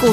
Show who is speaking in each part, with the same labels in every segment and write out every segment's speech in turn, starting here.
Speaker 1: 股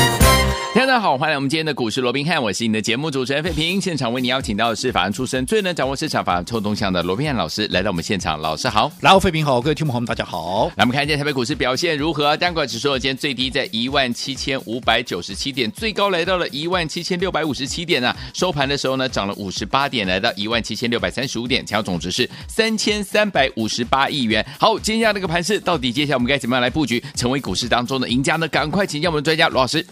Speaker 2: 大家好，欢迎来我们今天的股市罗宾汉，我是你的节目主持人费平。现场为你邀请到的是法案出身、最能掌握市场法案臭动向的罗宾汉老师来到我们现场，老师好。
Speaker 3: 来，我费平好，各位听众朋友们，大家好。
Speaker 2: 来，我们看一下台北股市表现如何？单管指数今天最低在一万七千五百九十七点，最高来到了一万七千六百五十七点啊。收盘的时候呢，涨了五十八点，来到一万七千六百三十五点，成交总值是三千三百五十八亿元。好，今天这样的一个盘势，到底接下来我们该怎么样来布局，成为股市当中的赢家呢？赶快请教我们的专家罗老师。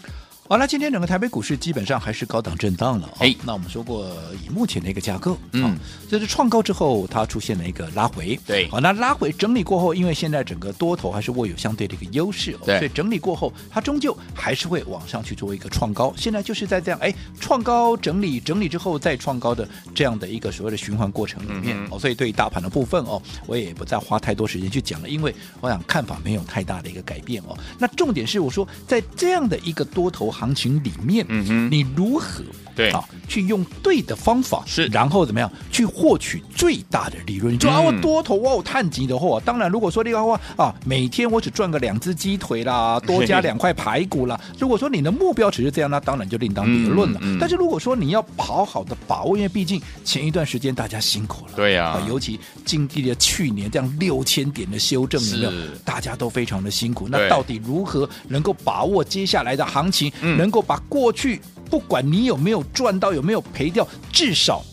Speaker 3: 好了，那今天整个台北股市基本上还是高档震荡了、哦。
Speaker 2: 哎
Speaker 3: 那我们说过，以目前的一个架构，
Speaker 2: 嗯
Speaker 3: 啊就是创高之后，它出现了一个拉回。
Speaker 2: 对
Speaker 3: 好，哦那拉回整理过后，因为现在整个多头还是握有相对的一个优势、哦，
Speaker 2: 对
Speaker 3: 所以整理过后，它终究还是会往上去做一个创高。现在就是在这样，哎，创高整理，整理之后再创高的这样的一个所谓的循环过程里面、
Speaker 2: 嗯
Speaker 3: 哦，所以对于大盘的部分哦，我也不再花太多时间去讲了，因为我想看法没有太大的一个改变哦。那重点是我说，在这样的一个多头行情里面，
Speaker 2: 嗯哼
Speaker 3: 你如何
Speaker 2: 对
Speaker 3: 啊去用对的方法
Speaker 2: 是
Speaker 3: 然后怎么样去获取最大的利润？你说、啊，
Speaker 2: 嗯
Speaker 3: 我多头哇，我探底的货、啊。当然，如果说这个话啊，每天我只赚个两只鸡腿啦， 多加两块排骨啦。如果说你的目标只是这样，那当然就另当别论了。
Speaker 2: 嗯嗯嗯
Speaker 3: 但是如果说你要好好的把握，因为毕竟前一段时间大家辛苦了，
Speaker 2: 对呀
Speaker 3: 啊尤其经历了去年这样六千点的修正，有没有
Speaker 2: 是？
Speaker 3: 大家都非常的辛苦。
Speaker 2: 对
Speaker 3: 那到底如何能够把握接下来的行情，
Speaker 2: 嗯
Speaker 3: 能够把过去不管你有没有赚到，有没有赔掉，至少。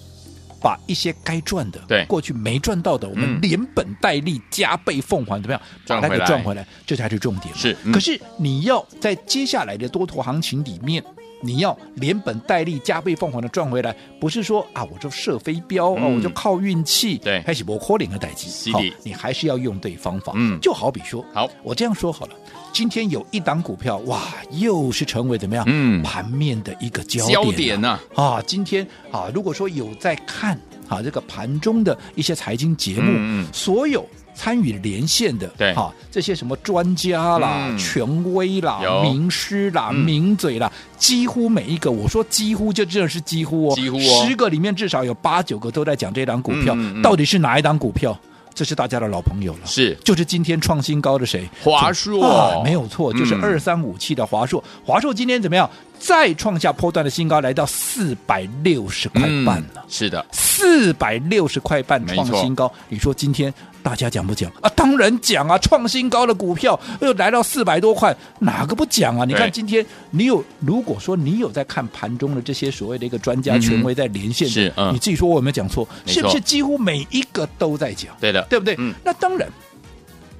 Speaker 3: 把一些该赚的，
Speaker 2: 对
Speaker 3: 过去没赚到的，我们
Speaker 2: 嗯
Speaker 3: 连本带利加倍奉还，怎么样？把
Speaker 2: 赚
Speaker 3: 它
Speaker 2: 回
Speaker 3: 给
Speaker 2: 来
Speaker 3: 赚回来，这才是重点嘛。
Speaker 2: 是嗯
Speaker 3: 可是你要在接下来的多头行情里面，你要连本带利加倍奉还的赚回来，不是说啊，我就射飞镖啊，
Speaker 2: 嗯
Speaker 3: 我就靠运气，
Speaker 2: 对
Speaker 3: 还是我扣零的代
Speaker 2: 是
Speaker 3: 机，
Speaker 2: 的
Speaker 3: 好，你还是要用对方法。
Speaker 2: 嗯
Speaker 3: 就好比说，
Speaker 2: 好，
Speaker 3: 我这样说好了，今天有一档股票，哇，又是成为怎么样？
Speaker 2: 嗯
Speaker 3: 盘面的一个焦点、
Speaker 2: 焦点啊呐、
Speaker 3: 啊，今天啊，如果说有在看啊这个盘中的一些财经节目，
Speaker 2: 嗯嗯
Speaker 3: 所有参与连线的，
Speaker 2: 对
Speaker 3: 啊，这些什么专家啦、
Speaker 2: 嗯
Speaker 3: 权威啦
Speaker 2: 有、
Speaker 3: 名师啦、
Speaker 2: 嗯
Speaker 3: 名嘴啦，几乎每一个，我说几乎就真的是几乎哦，
Speaker 2: 几乎哦
Speaker 3: 十个里面至少有八九个都在讲这档股票，
Speaker 2: 嗯嗯嗯
Speaker 3: 到底是哪一档股票？这是大家的老朋友了，
Speaker 2: 是
Speaker 3: 就是今天创新高的谁？
Speaker 2: 华硕
Speaker 3: 啊，没有错，就是
Speaker 2: 嗯
Speaker 3: 二三五七的华硕。华硕今天怎么样？再创下波段的新高，来到四百六十块半了。
Speaker 2: 嗯是的，
Speaker 3: 四百六十块半
Speaker 2: 没错
Speaker 3: 创新高，你说今天大家讲不讲啊？当然讲啊！创新高的股票又来到四百多块，哪个不讲啊？你看
Speaker 2: 对
Speaker 3: 今天你有，如果说你有在看盘中的这些所谓的一个专
Speaker 2: 嗯
Speaker 3: 家
Speaker 2: 哼
Speaker 3: 权威在连线的，
Speaker 2: 是嗯
Speaker 3: 你自己说我有没有讲错？
Speaker 2: 没错
Speaker 3: 是不是几乎每一个都在讲？
Speaker 2: 对的，
Speaker 3: 对不对？
Speaker 2: 嗯
Speaker 3: 那当然，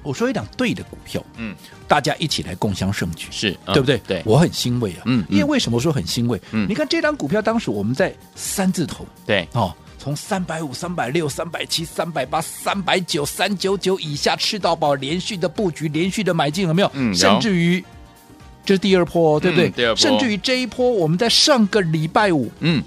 Speaker 3: 我说一档对的股票，
Speaker 2: 嗯，
Speaker 3: 大家一起来共襄盛举，
Speaker 2: 是，嗯
Speaker 3: 对不对？
Speaker 2: 对，
Speaker 3: 我很欣慰啊，
Speaker 2: 嗯嗯
Speaker 3: 因为为什么说很欣慰？
Speaker 2: 嗯
Speaker 3: 你看这张股票当时我们在三字头
Speaker 2: 对，
Speaker 3: 哦。从三百五、三百六、三百七、三百八、三百九、三九九以下吃到饱，连续的布局，连续的买进，有没有？
Speaker 2: 嗯有
Speaker 3: 甚至于这是第二波、哦，对不对？
Speaker 2: 嗯第二波
Speaker 3: 甚至于这一波，我们在上个礼拜五
Speaker 2: 嗯，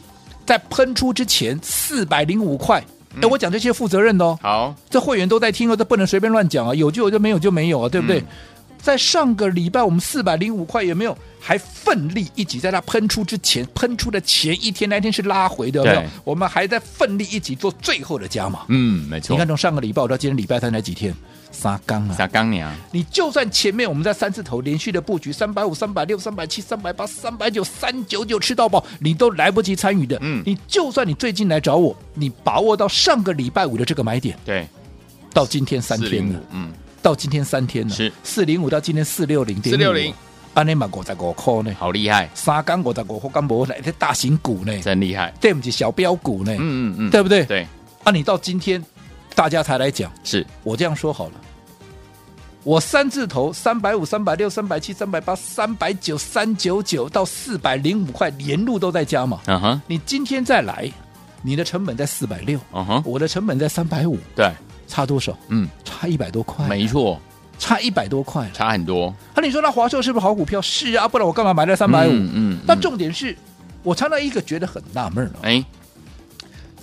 Speaker 3: 在喷出之前，四百零五块。
Speaker 2: 嗯
Speaker 3: 哎，我讲这些负责任的哦，
Speaker 2: 好，
Speaker 3: 这会员都在听哦，这不能随便乱讲啊，有就有，就没有就没有啊，对不对？
Speaker 2: 嗯
Speaker 3: 在上个礼拜，我们四百零五块有没有还奋力一起在它喷出之前，喷出的前一天那天是拉回的，有没有
Speaker 2: 对？
Speaker 3: 我们还在奋力一起做最后的加码。
Speaker 2: 嗯，没
Speaker 3: 你
Speaker 2: 错
Speaker 3: 看，，从上个礼拜到今天礼拜三才几天，沙刚啊，
Speaker 2: 撒刚娘，
Speaker 3: 你就算前面我们在三字头连续的布局，三百五、三百六、三百七、三百八、三百九、三九九吃到饱，你都来不及参与的。
Speaker 2: 嗯
Speaker 3: 你就算你最近来找我，你把握到上个礼拜五的这个买点，
Speaker 2: 对，
Speaker 3: 到今天三天了
Speaker 2: 405，，嗯，
Speaker 3: 到今天三天了，
Speaker 2: 是
Speaker 3: 四零五到今天四六零点
Speaker 2: 460，
Speaker 3: 安尼嘛五十五块呢，
Speaker 2: 好厉害，
Speaker 3: 三缸五十五块，干无来这大型股呢，
Speaker 2: 真厉害，
Speaker 3: 对不起小标股呢，
Speaker 2: 嗯嗯嗯，
Speaker 3: 哎对不对？
Speaker 2: 对，
Speaker 3: 啊，你到今天大家才来讲，
Speaker 2: 是，
Speaker 3: 我这样说好了，我三字头三百五、三百六、三百七、三百八、三百九、三九九到四百零五块，连路都在加嘛。
Speaker 2: 嗯哼，
Speaker 3: 你今天再来，你的成本在四百六，
Speaker 2: 嗯哼，
Speaker 3: 我的成本在三百五，
Speaker 2: 对，
Speaker 3: 差多少？
Speaker 2: 嗯，
Speaker 3: 差一百多块，
Speaker 2: 没错，
Speaker 3: 差一百多块了。
Speaker 2: 差很多，
Speaker 3: 那、你说那华硕是不是好股票？是啊，不然我干嘛买那三百五？
Speaker 2: 嗯嗯
Speaker 3: 那
Speaker 2: 嗯
Speaker 3: 重点是，我常常一个觉得很纳闷哦，
Speaker 2: 哎，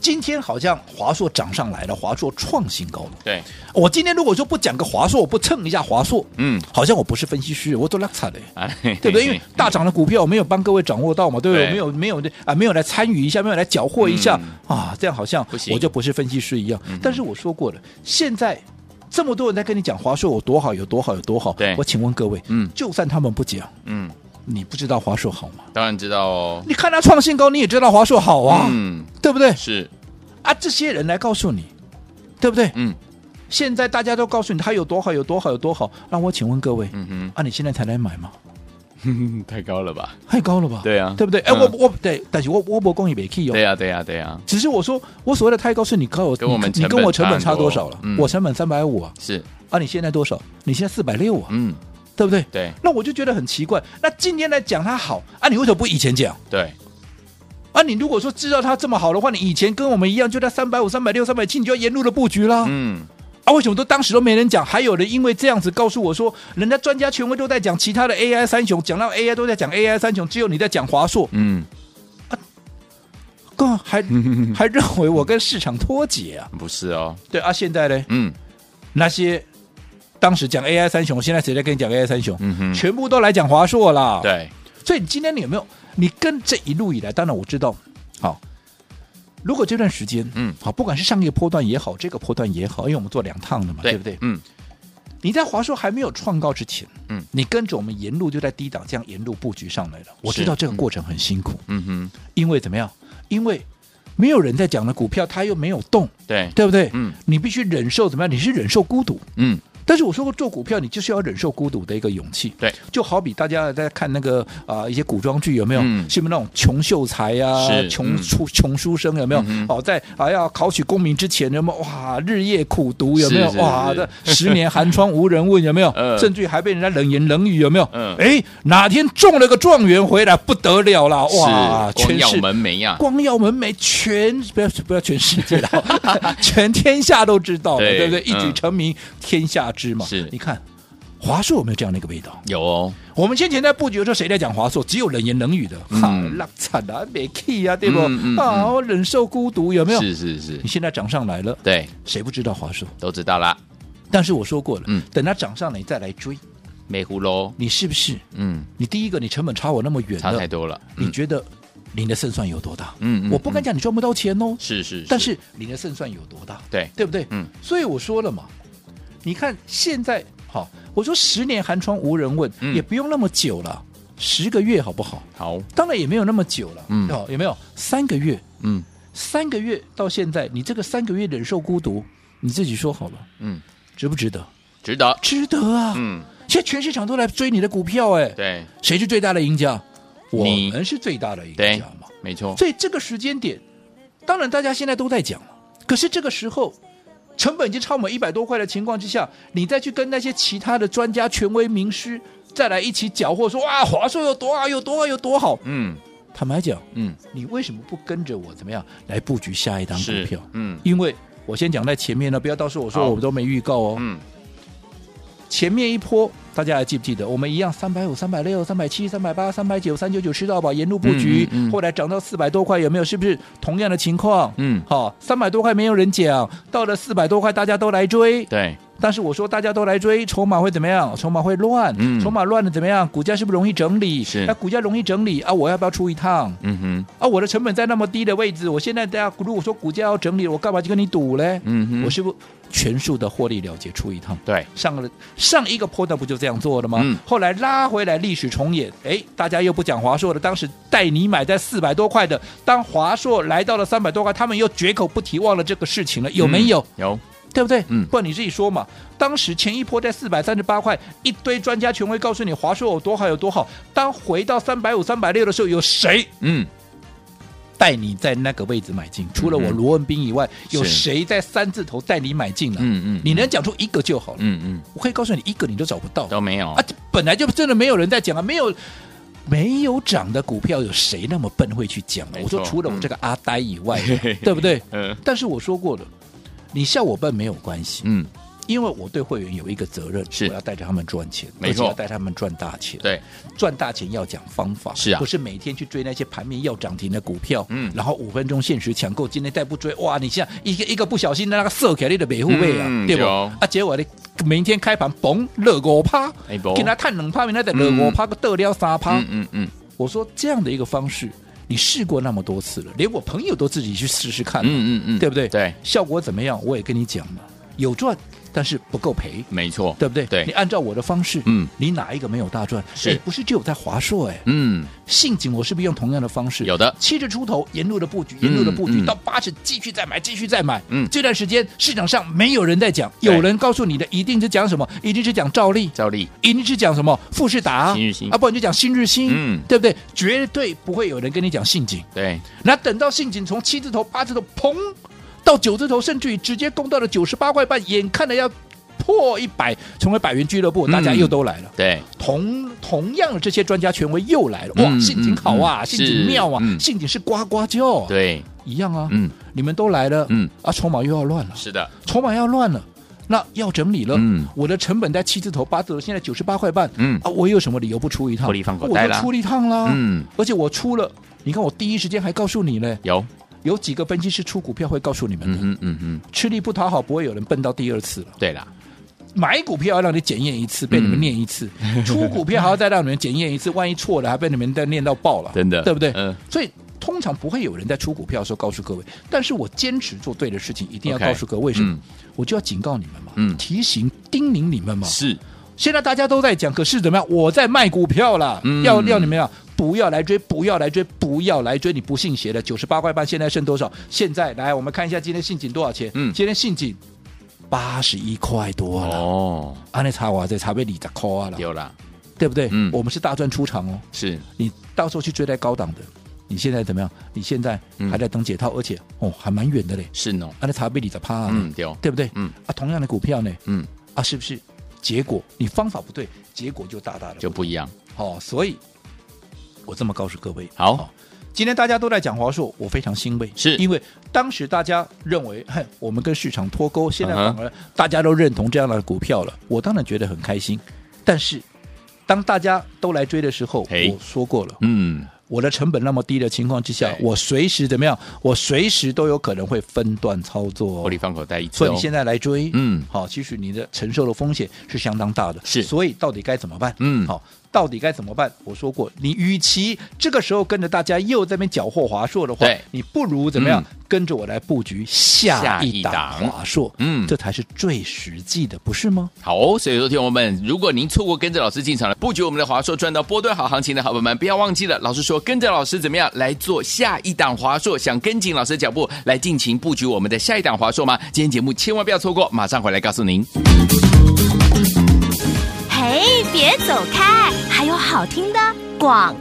Speaker 3: 今天好像华硕涨上来了，华硕创新高了。
Speaker 2: 对，
Speaker 3: 我今天如果说不讲个华硕，我不蹭一下华硕，
Speaker 2: 嗯，
Speaker 3: 好像我不是分析师，我都拉惨的。
Speaker 2: 啊，
Speaker 3: 对不对？因为大涨的股票我没有帮各位掌握到嘛，对不对？
Speaker 2: 对
Speaker 3: 没有没有啊，没有来参与一下，没有来缴获一下、啊，这样好像
Speaker 2: 嗯不行嗯
Speaker 3: 我就不是分析师一样。
Speaker 2: 哼
Speaker 3: 但是我说过了，现在这么多人在跟你讲华硕有多好，有多好，有多好。
Speaker 2: 对
Speaker 3: 我请问各位，
Speaker 2: 嗯
Speaker 3: 就算他们不讲，
Speaker 2: 嗯，
Speaker 3: 你不知道华硕好吗？
Speaker 2: 当然知道哦，
Speaker 3: 你看它创新高，你也知道华硕好啊，
Speaker 2: 嗯，
Speaker 3: 对不对？
Speaker 2: 是，
Speaker 3: 啊，这些人来告诉你，对不对？
Speaker 2: 嗯
Speaker 3: 现在大家都告诉你它有多好，有多好，有多好。那我请问各位，
Speaker 2: 嗯
Speaker 3: 啊，你现在才来买吗？
Speaker 2: 哼， 太高了吧？
Speaker 3: 太高了吧？
Speaker 2: 对啊
Speaker 3: 对不对？哎、
Speaker 2: 嗯
Speaker 3: 我我对，但是我我不供也没 key 哦
Speaker 2: 对。呀，对呀，啊对呀，
Speaker 3: 只是我说，我所谓的太高是你高我，
Speaker 2: 跟我们成
Speaker 3: 你
Speaker 2: 本
Speaker 3: 跟我成本差多少了
Speaker 2: 差？很多嗯
Speaker 3: 我成本三百五啊，
Speaker 2: 是，
Speaker 3: 啊，你现在多少？你现在四百六啊，
Speaker 2: 嗯，
Speaker 3: 对不对？
Speaker 2: 对
Speaker 3: 那我就觉得很奇怪，那今天来讲它好啊，你为什么不以前讲？
Speaker 2: 对，
Speaker 3: 啊，你如果说知道它这么好的话，你以前跟我们一样，就在三百五、三百六、三百七，你就要沿路的布局啦。
Speaker 2: 嗯，
Speaker 3: 啊，为什么都当时都没人讲？还有人因为这样子告诉我说，人家专家权威都在讲其他的 AI 三雄，讲到 AI 都在讲 AI 三雄，只有你在讲华硕，
Speaker 2: 嗯，
Speaker 3: 更还还认为我跟市场脱节啊？
Speaker 2: 不是哦，
Speaker 3: 对啊，现在呢？
Speaker 2: 嗯
Speaker 3: 那些当时讲 AI 三雄，现在谁在跟你讲 AI 三雄？
Speaker 2: 嗯哼，
Speaker 3: 全部都来讲华硕啦。，
Speaker 2: 对，
Speaker 3: 所以你今天你有没有？你跟这一路以来，当然我知道，好，如果这段时间，
Speaker 2: 嗯
Speaker 3: 好，不管是上一个波段也好，这个波段也好，因为我们做两趟的嘛，对不对？
Speaker 2: 嗯，
Speaker 3: 你在华硕还没有创高之前，
Speaker 2: 嗯，
Speaker 3: 你跟着我们沿路就在低档这样沿路布局上来了。我知道这个过程很辛苦，
Speaker 2: 嗯哼，
Speaker 3: 因为怎么样？因为没有人在讲的股票，它又没有动，
Speaker 2: 对，
Speaker 3: 对不对？
Speaker 2: 嗯，
Speaker 3: 你必须忍受怎么样？你是忍受孤独，
Speaker 2: 嗯，
Speaker 3: 但是我说过，做股票你就是要忍受孤独的一个勇气。
Speaker 2: 对，
Speaker 3: 就好比大家在看那个啊、呃一些古装剧有没有？
Speaker 2: 嗯
Speaker 3: 是不是那种穷秀才呀、
Speaker 2: 是
Speaker 3: 穷
Speaker 2: 嗯
Speaker 3: 出、穷书生有没有？
Speaker 2: 嗯
Speaker 3: 哦，在啊要考取功名之前有没有？哇，日夜苦读有没有？
Speaker 2: 是是
Speaker 3: 哇，
Speaker 2: 是
Speaker 3: 这十年寒窗无人问有没有？
Speaker 2: 嗯
Speaker 3: 甚至于还被人家冷言冷语有没有？
Speaker 2: 嗯
Speaker 3: 哎，哪天中了个状元回来不得了啦！哇，
Speaker 2: 是光
Speaker 3: 全
Speaker 2: 耀
Speaker 3: 是
Speaker 2: 门楣啊呀，
Speaker 3: 光耀门楣，全不要不要全世界了， 全天下都知道了，
Speaker 2: 对
Speaker 3: 对不对？一举
Speaker 2: 嗯
Speaker 3: 成名，天下知嘛。
Speaker 2: 是
Speaker 3: 你看华硕有没有这样的一个味道？
Speaker 2: 有哦，
Speaker 3: 我们先前在布局的时候，谁在讲华硕？只有冷言冷语的，哈，
Speaker 2: 嗯
Speaker 3: 拉惨啊，没 key 啊，对不？
Speaker 2: 嗯嗯
Speaker 3: 啊，
Speaker 2: 嗯
Speaker 3: 我忍受孤独，有没有？
Speaker 2: 是是是
Speaker 3: 你，现在涨上来了，
Speaker 2: 对，
Speaker 3: 谁不知道华硕？
Speaker 2: 都知道啦，
Speaker 3: 但是我说过了，
Speaker 2: 嗯
Speaker 3: 等它涨上来再来追，
Speaker 2: 美糊喽，
Speaker 3: 你是不是？
Speaker 2: 嗯，
Speaker 3: 你第一个，你成本差我那么远
Speaker 2: 差
Speaker 3: 了
Speaker 2: 太，多了，
Speaker 3: 你
Speaker 2: 嗯
Speaker 3: 觉得你的胜算有多大？
Speaker 2: 嗯嗯
Speaker 3: 我不敢
Speaker 2: 嗯
Speaker 3: 讲你赚不到钱哦，
Speaker 2: 是是，
Speaker 3: 但是你的胜算有多大？
Speaker 2: 对，
Speaker 3: 对不对？
Speaker 2: 嗯，
Speaker 3: 所以我说了嘛，你看现在好，我说十年寒窗无人问，
Speaker 2: 嗯
Speaker 3: 也不用那么久了，十个月好不好？
Speaker 2: 好，
Speaker 3: 当然也没有那么久了，
Speaker 2: 嗯
Speaker 3: 哦，有没有三个月？
Speaker 2: 嗯
Speaker 3: 三个月到现在，你这个三个月忍受孤独，你自己说好了，
Speaker 2: 嗯，
Speaker 3: 值不值得？
Speaker 2: 值得，
Speaker 3: 值得啊！
Speaker 2: 嗯，
Speaker 3: 现在全市场都来追你的股票，哎，
Speaker 2: 对，
Speaker 3: 谁是最大的赢家？我
Speaker 2: 你
Speaker 3: 们是最大的赢
Speaker 2: 对
Speaker 3: 家嘛。
Speaker 2: 没错，
Speaker 3: 所以这个时间点，当然大家现在都在讲了，可是这个时候。成本已经超我们一百多块的情况之下，你再去跟那些其他的专家、权威、名师再来一起搅和，说哇，华硕有多好，有多好，有多好。
Speaker 2: 嗯
Speaker 3: 坦白讲，
Speaker 2: 嗯，
Speaker 3: 你为什么不跟着我怎么样来布局下一档股
Speaker 2: 是
Speaker 3: 票？，
Speaker 2: 嗯
Speaker 3: 因为我先讲在前面呢，不要到时候我说
Speaker 2: 好
Speaker 3: 我们都没预告哦。
Speaker 2: 嗯，
Speaker 3: 前面一波大家还记不记得？我们一样三百五、三百六、三百七、三百八、三百九、三九九吃到饱，沿路布局，
Speaker 2: 嗯嗯嗯
Speaker 3: 后来涨到四百多块，有没有？是不是同样的情况？
Speaker 2: 嗯
Speaker 3: 好，三百多块没有人讲，到了四百多块大家都来追，
Speaker 2: 对，
Speaker 3: 但是我说大家都来追，筹码会怎么样？筹码会乱，
Speaker 2: 嗯
Speaker 3: 筹码乱了怎么样？股价是不是容易整理？
Speaker 2: 是
Speaker 3: 那股价容易整理啊，我要不要出一趟？
Speaker 2: 嗯哼，
Speaker 3: 啊，我的成本在那么低的位置，我现在大家如果说股价要整理，我干嘛去跟你赌嘞？
Speaker 2: 嗯哼，
Speaker 3: 我是不是全数的获利了结出一趟？
Speaker 2: 对，
Speaker 3: 上了上一个波段不就这样做的吗？
Speaker 2: 嗯
Speaker 3: 后来拉回来，历史重演，哎，大家又不讲华硕了。当时带你买在四百多块的，当华硕来到了三百多块，他们又绝口不提忘了这个事情了，有没有？
Speaker 2: 嗯有，
Speaker 3: 对不对？
Speaker 2: 嗯
Speaker 3: 不然你自己说嘛。当时前一波在四百三十八块，一堆专家权威告诉你华硕有多好有多好。当回到三百五、三百六的时候，有谁
Speaker 2: 嗯，
Speaker 3: 带你在那个位置买进？除了我
Speaker 2: 嗯哼
Speaker 3: 罗文斌以外，有
Speaker 2: 是
Speaker 3: 谁在三字头带你买进了？
Speaker 2: 嗯嗯，
Speaker 3: 你能讲出一个就好了。
Speaker 2: 嗯嗯
Speaker 3: 我可以告诉你，一个你都找不到。
Speaker 2: 都没有
Speaker 3: 哦啊，，这本来就真的没有人在讲啊，没有没有涨的股票，有谁那么笨会去讲啊？
Speaker 2: 没错
Speaker 3: 我说除了我这个阿呆以外，
Speaker 2: 嗯
Speaker 3: 对不对？
Speaker 2: 嗯
Speaker 3: 但是我说过了，你笑我笨没有关系，
Speaker 2: 嗯
Speaker 3: 因为我对会员有一个责任，
Speaker 2: 是
Speaker 3: 我要带着他们赚钱，
Speaker 2: 没
Speaker 3: 而且
Speaker 2: 错
Speaker 3: 要带他们赚大钱。
Speaker 2: 对，
Speaker 3: 赚大钱要讲方法，
Speaker 2: 是啊
Speaker 3: 不是每天去追那些盘面要涨停的股票，
Speaker 2: 嗯
Speaker 3: 然后五分钟限时抢购，今天再不追，哇，你现在一个一个不小心那个射给你的每户位啊，
Speaker 2: 嗯
Speaker 3: 对不？
Speaker 2: 对哦
Speaker 3: 啊，结果呢，明天开盘嘣，乐五趴
Speaker 2: 哎不，
Speaker 3: 给他探冷趴，明天再乐五趴，个得了三趴
Speaker 2: 嗯，嗯嗯，
Speaker 3: 我说这样的一个方式，你试过那么多次了，连我朋友都自己去试试看了，
Speaker 2: 嗯嗯嗯
Speaker 3: 啊对不对？
Speaker 2: 对，
Speaker 3: 效果怎么样？我也跟你讲了，有赚，但是不够赔。
Speaker 2: 没错，
Speaker 3: 对不对？你
Speaker 2: 对，
Speaker 3: 按照我的方式，
Speaker 2: 嗯
Speaker 3: 你哪一个没有大赚？
Speaker 2: 是
Speaker 3: 哎不是只有在华硕哎、
Speaker 2: 嗯，
Speaker 3: 信锦我是不是用同样的方式？
Speaker 2: 有的
Speaker 3: 七十出头沿路的布局，沿路的布局、
Speaker 2: 嗯嗯
Speaker 3: 到八十继续再买，继续再买。
Speaker 2: 嗯
Speaker 3: 这段时间市场上没有人在讲，
Speaker 2: 对
Speaker 3: 有人告诉你的一定是讲什么？一定是讲兆利。
Speaker 2: 照例，
Speaker 3: 一定是讲什么富士达、
Speaker 2: 新日新
Speaker 3: 啊，不然就讲新日新，
Speaker 2: 嗯
Speaker 3: 对不对？绝对不会有人跟你讲信锦。
Speaker 2: 对，
Speaker 3: 那等到信锦从七字头、八字头，砰到九字头，甚至于直接攻到了九十八块半，眼看着要破一百，成为百元俱乐部，
Speaker 2: 嗯
Speaker 3: 大家又都来了。
Speaker 2: 对，
Speaker 3: 同同样的这些专家权威又来了，哇，
Speaker 2: 嗯
Speaker 3: 信锦好啊，
Speaker 2: 嗯
Speaker 3: 信锦妙啊
Speaker 2: 是，嗯
Speaker 3: 信锦是呱呱叫、啊，，
Speaker 2: 对，
Speaker 3: 一样啊，
Speaker 2: 嗯，
Speaker 3: 你们都来了，
Speaker 2: 嗯，
Speaker 3: 啊，筹码又要乱了，
Speaker 2: 是的，
Speaker 3: 筹码要乱了。那要整理了，
Speaker 2: 嗯
Speaker 3: 我的成本在七字头、八字头，现在九十八块半，
Speaker 2: 嗯
Speaker 3: 啊，我有什么理由不出一趟？哦
Speaker 2: 获利放口袋啦
Speaker 3: 我就出一趟啦，
Speaker 2: 嗯，
Speaker 3: 而且我出了，你看我第一时间还告诉你嘞，
Speaker 2: 有，
Speaker 3: 有几个分析师出股票会告诉你们
Speaker 2: 嗯
Speaker 3: 的，
Speaker 2: 哼嗯哼，
Speaker 3: 吃力不讨好，不会有人笨到第二次了。
Speaker 2: 对啦，
Speaker 3: 买股票要让你检验一次，被你们念一次；
Speaker 2: 嗯
Speaker 3: 出股票还要再让你们检验一次，万一错了还被你们再念到爆了，
Speaker 2: 真的
Speaker 3: 对不对？
Speaker 2: 嗯
Speaker 3: 所以通常不会有人在出股票的时候告诉各位，但是我坚持做对的事情，一定要
Speaker 2: OK，
Speaker 3: 告诉各位，为什么？
Speaker 2: 嗯
Speaker 3: 我就要警告你们嘛，
Speaker 2: 嗯
Speaker 3: 提醒、叮咛你们嘛。
Speaker 2: 是，
Speaker 3: 现在大家都在讲，可是怎么样？我在卖股票啦，
Speaker 2: 嗯
Speaker 3: 要要你们啊，不要来追，不要来追，不要来追！你不信邪的，九十八块半，现在剩多少？现在来，我们看一下今天信锦多少钱？
Speaker 2: 嗯
Speaker 3: 今天信锦八十一块多了。啊
Speaker 2: 哦，
Speaker 3: 安内查瓦在查贝里的扣啊了，
Speaker 2: 有啦，
Speaker 3: 对不对？
Speaker 2: 嗯
Speaker 3: 我们是大赚出场哦，
Speaker 2: 是，
Speaker 3: 你到时候去追在高档的，你现在怎么样？你现在
Speaker 2: 嗯
Speaker 3: 还在等解套，而且哦还蛮远的嘞，
Speaker 2: 是喏，
Speaker 3: 安内查贝里的趴啊，
Speaker 2: 嗯，丢，
Speaker 3: 对不对？
Speaker 2: 嗯
Speaker 3: 啊，同样的股票呢，
Speaker 2: 嗯，
Speaker 3: 啊是不是？结果你方法不对，结果就大大的
Speaker 2: 就不一样，
Speaker 3: 好、哦，所以我这么告诉各位，
Speaker 2: 好
Speaker 3: 哦今天大家都在讲华硕，我非常欣慰，
Speaker 2: 是
Speaker 3: 因为当时大家认为哼我们跟市场脱钩，现在
Speaker 2: 嗯哼
Speaker 3: 反而大家都认同这样的股票了，我当然觉得很开心。但是当大家都来追的时候，
Speaker 2: 嘿
Speaker 3: 我说过了，
Speaker 2: 嗯，
Speaker 3: 我的成本那么低的情况之下
Speaker 2: 对，
Speaker 3: 我随时怎么样，我随时都有可能会分段操作、
Speaker 2: 获
Speaker 3: 哦
Speaker 2: 利。放口袋一次
Speaker 3: 所以
Speaker 2: 哦
Speaker 3: 你，现在来追，
Speaker 2: 嗯
Speaker 3: 好，其实你的承受的风险是相当大的，
Speaker 2: 是
Speaker 3: 所以到底该怎么办？
Speaker 2: 嗯
Speaker 3: 好，到底该怎么办？我说过，你与其这个时候跟着大家又在那边缴获华硕的话
Speaker 2: 对，
Speaker 3: 你不如怎么样
Speaker 2: 嗯
Speaker 3: 跟着我来布局
Speaker 2: 下
Speaker 3: 下
Speaker 2: 一
Speaker 3: 一档
Speaker 2: 档
Speaker 3: 华硕？
Speaker 2: 嗯
Speaker 3: 这才是最实际的，不是吗？
Speaker 2: 好、哦，所以说听我们，如果您错过跟着老师进场了，布局我们的华硕赚到波段好行情的好朋友们，不要忘记了，老师说跟着老师怎么样来做下一档华硕，想跟紧老师的脚步来尽情布局我们的下一档华硕吗？今天节目千万不要错过，马上回来告诉您。
Speaker 1: 嘿，别走开，还有好听的广告。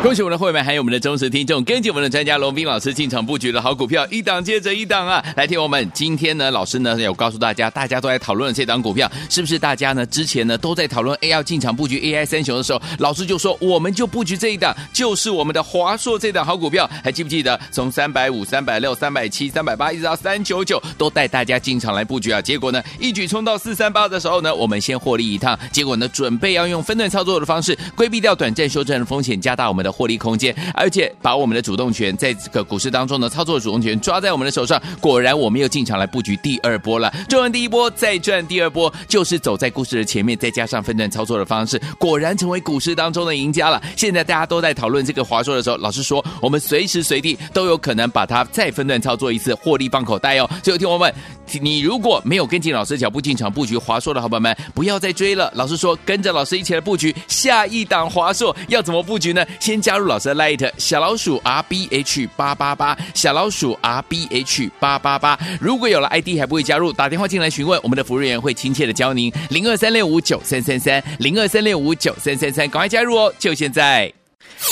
Speaker 2: 恭喜我们的会员，还有我们的忠实听众，跟紧我们的专家龙斌老师进场布局的好股票，一档接着一档啊！来听我们今天呢，老师呢有告诉大家，大家都在讨论这档股票，是不是大家呢之前呢都在讨论 AI 要进场布局 AI 三雄的时候，老师就说我们就布局这一档，就是我们的华硕这档好股票，还记不记得？从三百五、三百六、三百七、三百八一直到三九九，都带大家进场来布局啊！结果呢，一举冲到四三八的时候呢，我们先获利一趟，结果呢，准备要用分段操作的方式规避掉短暂修正的风险，加大我们的获利空间，而且把我们的主动权在这个股市当中呢，操作主动权抓在我们的手上。果然，我们又进场来布局第二波了，赚完第一波，再赚第二波，就是走在故事的前面，再加上分段操作的方式，果然成为股市当中的赢家了。现在大家都在讨论这个华硕的时候，老师说我们随时随地都有可能把它再分段操作一次，获利放口袋哦。所以，听我们，你如果没有跟进老师脚步进场布局华硕的好朋友们，不要再追了。老师说，跟着老师一起来布局下一档华硕，要怎么布局呢？先加入老师的 Light 小老鼠 R B H 八八八，小老鼠 R B H 八八八。如果有了 ID 还不会加入，打电话进来询问，我们的服务人员会亲切的教您零二三六五九三三三零二三六五九三三三，赶快加入哦，就现在。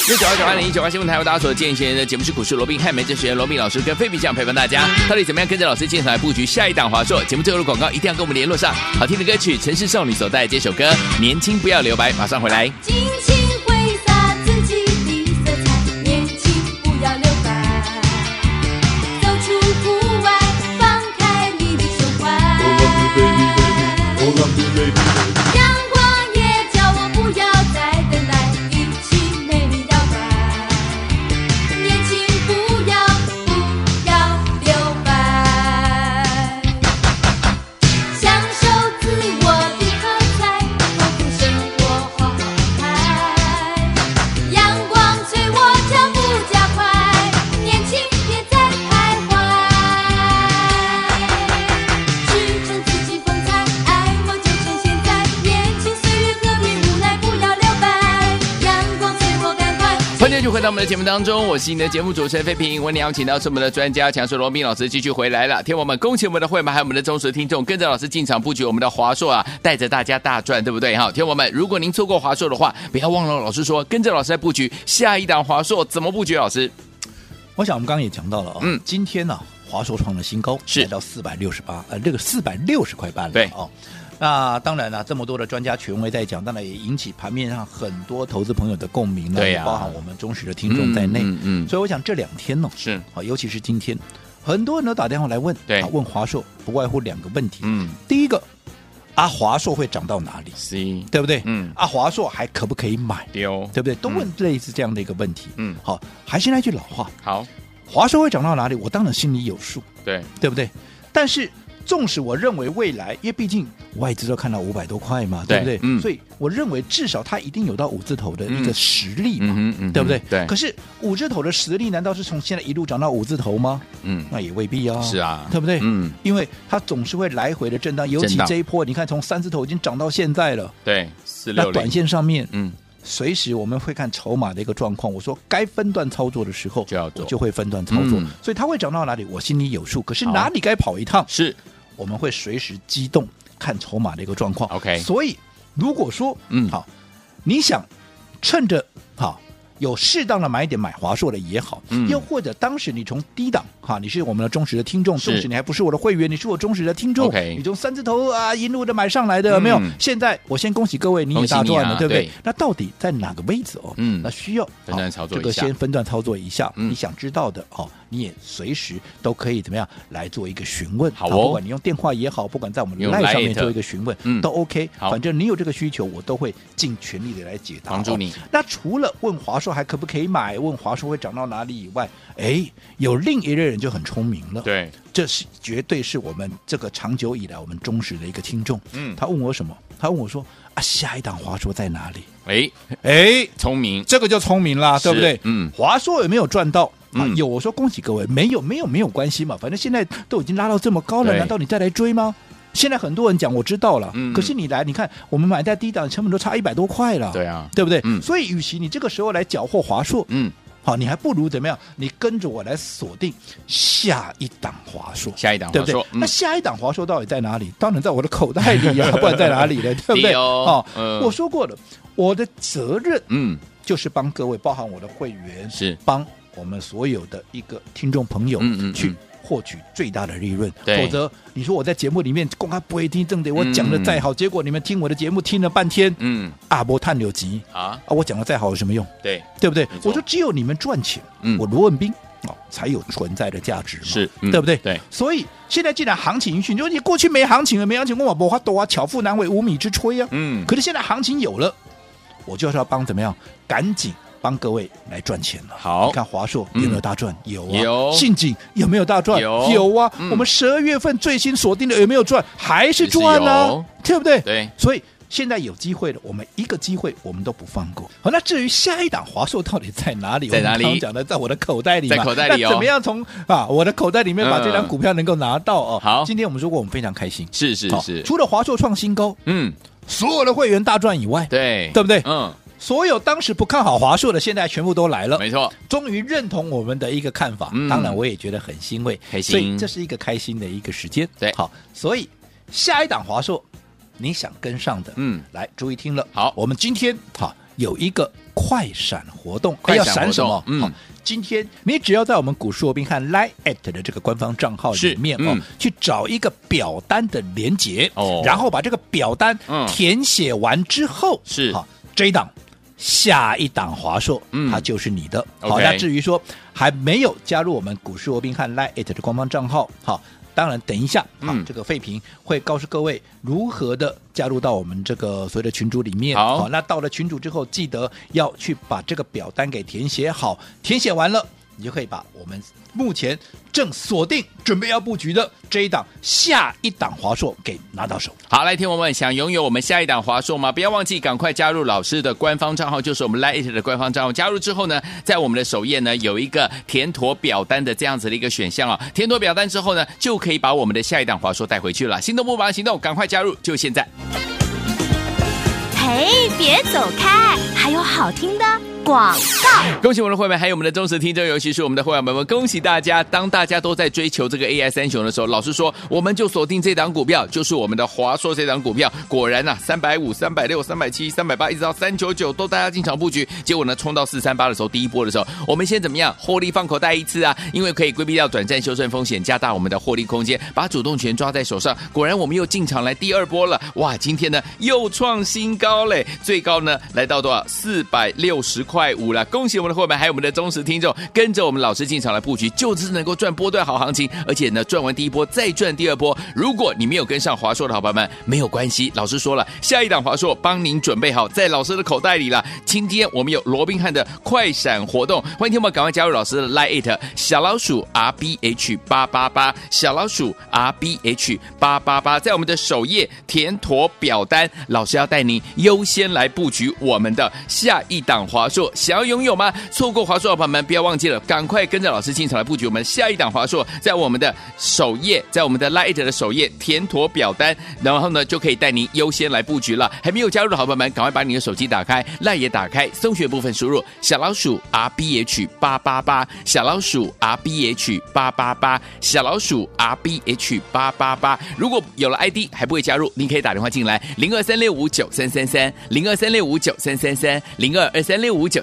Speaker 2: 六九二九二零一九八新闻台为大家所见学的节目是股市罗宾汉梅哲学员罗宾老师跟费比酱陪伴大家，到底怎么样跟着老师进场来布局下一档华硕？节目最后的广告一定要跟我们联络上。好听的歌曲，城市少女所带来这首歌《年轻不要留白》，马上回来。
Speaker 4: 尽情挥洒自己的色彩，年轻不要留白，走出户外，放开你的胸怀。
Speaker 2: 我们的节目当中，我是你的节目主持人费平。为你邀请到是我们的专家强硕罗斌老师继续回来了。天王们，恭喜我们的会员，还有我们的忠实听众，跟着老师进场布局我们的华硕啊，带着大家大赚，对不对哈？天王们，如果您错过华硕的话，不要忘了老师说，跟着老师来布局下一档华硕怎么布局？老师
Speaker 3: 我想我们刚刚也讲到了哦，
Speaker 2: 嗯
Speaker 3: 今天呢、华硕创了新高，
Speaker 2: 是
Speaker 3: 来到四百六十八，呃，这个四百六十块半了，
Speaker 2: 对
Speaker 3: 哦。那当然了、这么多的专家权威在讲，当然也引起盘面上很多投资朋友的共鸣呢，
Speaker 2: 对呀
Speaker 3: 也包含我们忠实的听众在内。
Speaker 2: 嗯嗯嗯
Speaker 3: 所以我想这两天呢、
Speaker 2: 是
Speaker 3: 好，尤其是今天，很多人都打电话来问，
Speaker 2: 对
Speaker 3: 啊问华硕，不外乎两个问题。
Speaker 2: 嗯
Speaker 3: 第一个，啊，华硕会涨到哪里，
Speaker 2: C
Speaker 3: 对不对？
Speaker 2: 嗯
Speaker 3: 啊，华硕还可不可以买，
Speaker 2: 丢
Speaker 3: 对不对？都问类似这样的一个问题。
Speaker 2: 嗯
Speaker 3: 好，还是那句老话，
Speaker 2: 好
Speaker 3: 华硕会涨到哪里，我当然心里有数，
Speaker 2: 对
Speaker 3: 对不对？但是，纵使我认为未来，因为毕竟外资都看到五百多块嘛，
Speaker 2: 对
Speaker 3: 对不对？
Speaker 2: 嗯
Speaker 3: 所以我认为至少它一定有到五字头的一个
Speaker 2: 嗯
Speaker 3: 实力嘛，
Speaker 2: 嗯哼嗯哼
Speaker 3: 对不对？
Speaker 2: 对
Speaker 3: 可是五字头的实力，难道是从现在一路涨到五字头吗？
Speaker 2: 嗯
Speaker 3: 那也未必啊。
Speaker 2: 是啊
Speaker 3: 对不对？
Speaker 2: 嗯
Speaker 3: 因为它总是会来回的震荡，尤
Speaker 2: 震
Speaker 3: 其
Speaker 2: 荡
Speaker 3: 这一波，你看从三字头已经涨到现在了，
Speaker 2: 对四
Speaker 3: 那
Speaker 2: 六
Speaker 3: 短
Speaker 2: 零
Speaker 3: 线上面，
Speaker 2: 嗯
Speaker 3: 随时我们会看筹码的一个状况。我说该分段操作的时候，
Speaker 2: 就要做
Speaker 3: 我就会分段操作。
Speaker 2: 嗯
Speaker 3: 所以它会涨到哪里，我心里有数。可是
Speaker 2: 好
Speaker 3: 哪里该跑一趟，
Speaker 2: 是
Speaker 3: 我们会随时机动看筹码的一个状况。
Speaker 2: OK
Speaker 3: 所以如果说，
Speaker 2: 嗯
Speaker 3: 好，你想趁着好。有适当的买点买华硕的也好，
Speaker 2: 嗯
Speaker 3: 又或者当时你从低档哈，你是我们的忠实的听众，
Speaker 2: 是
Speaker 3: 纵使你还不是我的会员，你是我忠实的听众
Speaker 2: OK
Speaker 3: 你从三字头啊一路的买上来的，有没有
Speaker 2: 嗯？
Speaker 3: 现在我先恭喜各位，你
Speaker 2: 恭
Speaker 3: 也
Speaker 2: 喜你啊
Speaker 3: 大赚了，对不对
Speaker 2: 对？
Speaker 3: 那到底在哪个位置哦？
Speaker 2: 嗯
Speaker 3: 那需要
Speaker 2: 分段
Speaker 3: 好
Speaker 2: 操作
Speaker 3: 这个
Speaker 2: 一下
Speaker 3: 先分段操作一下，
Speaker 2: 嗯
Speaker 3: 你想知道的哦，你也随时都可以怎么样来做一个询问。
Speaker 2: 好哦
Speaker 3: 不管你用电话也好，不管在我们
Speaker 2: 用
Speaker 3: Line 上
Speaker 2: Lite
Speaker 3: 面做一个询问，
Speaker 2: 嗯
Speaker 3: 都 OK。
Speaker 2: 好
Speaker 3: 反正你有这个需求，我都会尽全力的来解答，
Speaker 2: 帮助你
Speaker 3: 哦那除了问华硕还可不可以买，问华硕会涨到哪里以外，哎，有另一类人就很聪明了，。
Speaker 2: 对
Speaker 3: 这是绝对是我们这个长久以来我们忠实的一个听众。
Speaker 2: 嗯
Speaker 3: 他问我什么？他问我说啊，下一档华硕在哪里？
Speaker 2: 哎
Speaker 3: 哎，
Speaker 2: 聪明
Speaker 3: 这个就聪明啦，
Speaker 2: 是
Speaker 3: 对不对？
Speaker 2: 嗯
Speaker 3: 华硕有没有赚到？啊
Speaker 2: 嗯，
Speaker 3: 有，我说恭喜各位，没有，没有，没有关系嘛，反正现在都已经拉到这么高了，
Speaker 2: 对
Speaker 3: 难道你再来追吗？现在很多人讲我知道了，
Speaker 2: 嗯
Speaker 3: 可是你来，你看我们买在低档成本都差一百多块了，
Speaker 2: 对啊
Speaker 3: 对不对？
Speaker 2: 嗯
Speaker 3: 所以，与其你这个时候来缴获华硕，
Speaker 2: 嗯
Speaker 3: 好，你还不如怎么样？你跟着我来锁定下一档华硕，
Speaker 2: 下一档
Speaker 3: 对
Speaker 2: 华
Speaker 3: 不对
Speaker 2: 硕？嗯
Speaker 3: 那下一档华硕到底在哪里？当然在我的口袋里 呀、不然在哪里呢？对不
Speaker 2: 对
Speaker 3: 对？
Speaker 2: 哦嗯
Speaker 3: 我说过了，我的责任
Speaker 2: 嗯
Speaker 3: 就是帮各位，包含我的会员，
Speaker 2: 是
Speaker 3: 帮我们所有的一个听众朋友
Speaker 2: 嗯嗯嗯
Speaker 3: 去。获取最大的利润，
Speaker 2: 对
Speaker 3: 否则你说我在节目里面公开不会听正的，我
Speaker 2: 嗯
Speaker 3: 讲的再好，结果你们听我的节目听了半天，
Speaker 2: 嗯
Speaker 3: 阿波探柳集
Speaker 2: 啊
Speaker 3: 啊，我讲的再好有什么用？
Speaker 2: 对
Speaker 3: 对不对
Speaker 2: 没？错
Speaker 3: 我说只有你们赚钱，
Speaker 2: 嗯
Speaker 3: 我罗文斌哦才有存在的价值嘛，
Speaker 2: 是嗯
Speaker 3: 对不对？
Speaker 2: 对，
Speaker 3: 所以现在既然行情允许，你说你过去没行情了，没行情，我往博花多啊，巧妇难为无米之炊啊。
Speaker 2: 嗯
Speaker 3: 可是现在行情有了，我就是要帮怎么样，赶紧帮各位来赚钱了。
Speaker 2: 好嗯
Speaker 3: 你看华硕有没有大赚？有啊。
Speaker 2: 有
Speaker 3: 信锦有没有大赚？
Speaker 2: 有
Speaker 3: 啊
Speaker 2: 嗯。
Speaker 3: 我们十二月份最新锁定的有没有赚？还是赚
Speaker 2: 还是
Speaker 3: 啊
Speaker 2: 有？
Speaker 3: 对不对？
Speaker 2: 对
Speaker 3: 所以现在有机会了，我们一个机会我们都不放过。好，那至于下一档华硕到底在哪里？
Speaker 2: 在哪里
Speaker 3: 我们刚刚讲的，在我的口袋里嘛，
Speaker 2: 在口袋里哦
Speaker 3: 那怎么样从啊我的口袋里面把这
Speaker 2: 嗯
Speaker 3: 张股票能够拿到哦？
Speaker 2: 好
Speaker 3: 今天我们说过，我们非常开心。
Speaker 2: 是是
Speaker 3: 好
Speaker 2: 是
Speaker 3: 除了华硕创新高，
Speaker 2: 嗯
Speaker 3: 所有的会员大赚以外，
Speaker 2: 对
Speaker 3: 对不对
Speaker 2: 嗯
Speaker 3: 所有当时不看好华硕的，现在全部都来了。
Speaker 2: 没错
Speaker 3: 终于认同我们的一个看法，
Speaker 2: 嗯
Speaker 3: 当然我也觉得很欣慰，
Speaker 2: 开心
Speaker 3: 所以这是一个开心的一个时间。
Speaker 2: 对
Speaker 3: 好，所以下一档华硕，你想跟上的，
Speaker 2: 嗯，
Speaker 3: 来注意听了。
Speaker 2: 好
Speaker 3: 我们今天好有一个快闪活动，
Speaker 2: 快闪
Speaker 3: 哎要闪什
Speaker 2: 活
Speaker 3: 么
Speaker 2: 动？嗯
Speaker 3: 好，今天你只要在我们股市罗宾汉 Line at 的这个官方账号
Speaker 2: 是
Speaker 3: 里面
Speaker 2: 嗯
Speaker 3: 哦，去找一个表单的连接，
Speaker 2: 哦
Speaker 3: 然后把这个表单
Speaker 2: 嗯
Speaker 3: 填写完之后，
Speaker 2: 是
Speaker 3: 好这一档。下一档华硕，
Speaker 2: 嗯
Speaker 3: 它就是你的。
Speaker 2: OK
Speaker 3: 好，那至于说还没有加入我们股市罗宾汉 Line 的官方账号，好，当然等一下，好，
Speaker 2: 嗯
Speaker 3: 这个费评会告诉各位如何的加入到我们这个所谓的群组里面。
Speaker 2: 好
Speaker 3: 那到了群组之后，记得要去把这个表单给填写好，填写完了。你就可以把我们目前正锁定、准备要布局的这一档、下一档华硕给拿到手。
Speaker 2: 好，来，听我们想拥有我们下一档华硕吗？不要忘记赶快加入老师的官方账号，就是我们 Lite 的官方账号。加入之后呢，在我们的首页呢有一个填妥表单的这样子的一个选项哦。填妥表单之后呢，就可以把我们的下一档华硕带回去了。心动不忙行动，赶快加入，就现在。
Speaker 1: 嘿，别走开，还有好听的。广。
Speaker 2: 恭喜我们的会员，还有我们的忠实听众，尤其是我们的会员们们，恭喜大家！当大家都在追求这个 AI 三雄的时候，老实说，我们就锁定这档股票，就是我们的华硕这档股票。果然呐、啊，三百五、三百六、三百七、三百八，一直到三九九，都大家进场布局。结果呢，冲到四三八的时候，第一波的时候，我们先怎么样？获利放口袋一次啊，因为可以规避掉短暂修正风险，加大我们的获利空间，把主动权抓在手上。果然，我们又进场来第二波了。哇，今天呢又创新高嘞，最高呢来到多少？四百六十块五了。恭喜我们的伙伴，还有我们的忠实听众，跟着我们老师进场来布局，就是能够赚波段好行情。而且呢，赚完第一波再赚第二波。如果你没有跟上华硕的好朋友们，没有关系，老师说了，下一档华硕帮您准备好，在老师的口袋里了。今天我们有罗宾汉的快闪活动，欢迎听我们赶快加入老师的 Line It 小老鼠 R B H 八八八小老鼠 R B H 八八八，在我们的首页填妥表单，老师要带您优先来布局我们的下一档华硕，想要拥有吗？错过华硕的朋友们，不要忘记了，赶快跟着老师进场来布局我们下一档华硕，在我们的首页，在我们的 Light 的首页填妥表单，然后呢就可以带您优先来布局了。还没有加入的好朋友们，赶快把你的手机打开，Light 也打开，搜寻部分输入小老鼠 R B H 八八八，小老鼠 R B H 八八八，小老鼠 R B H 八八八。如果有了 ID 还不会加入，您可以打电话进来，零二三六五九三三三，零二三六五九三三三，零二二三六五九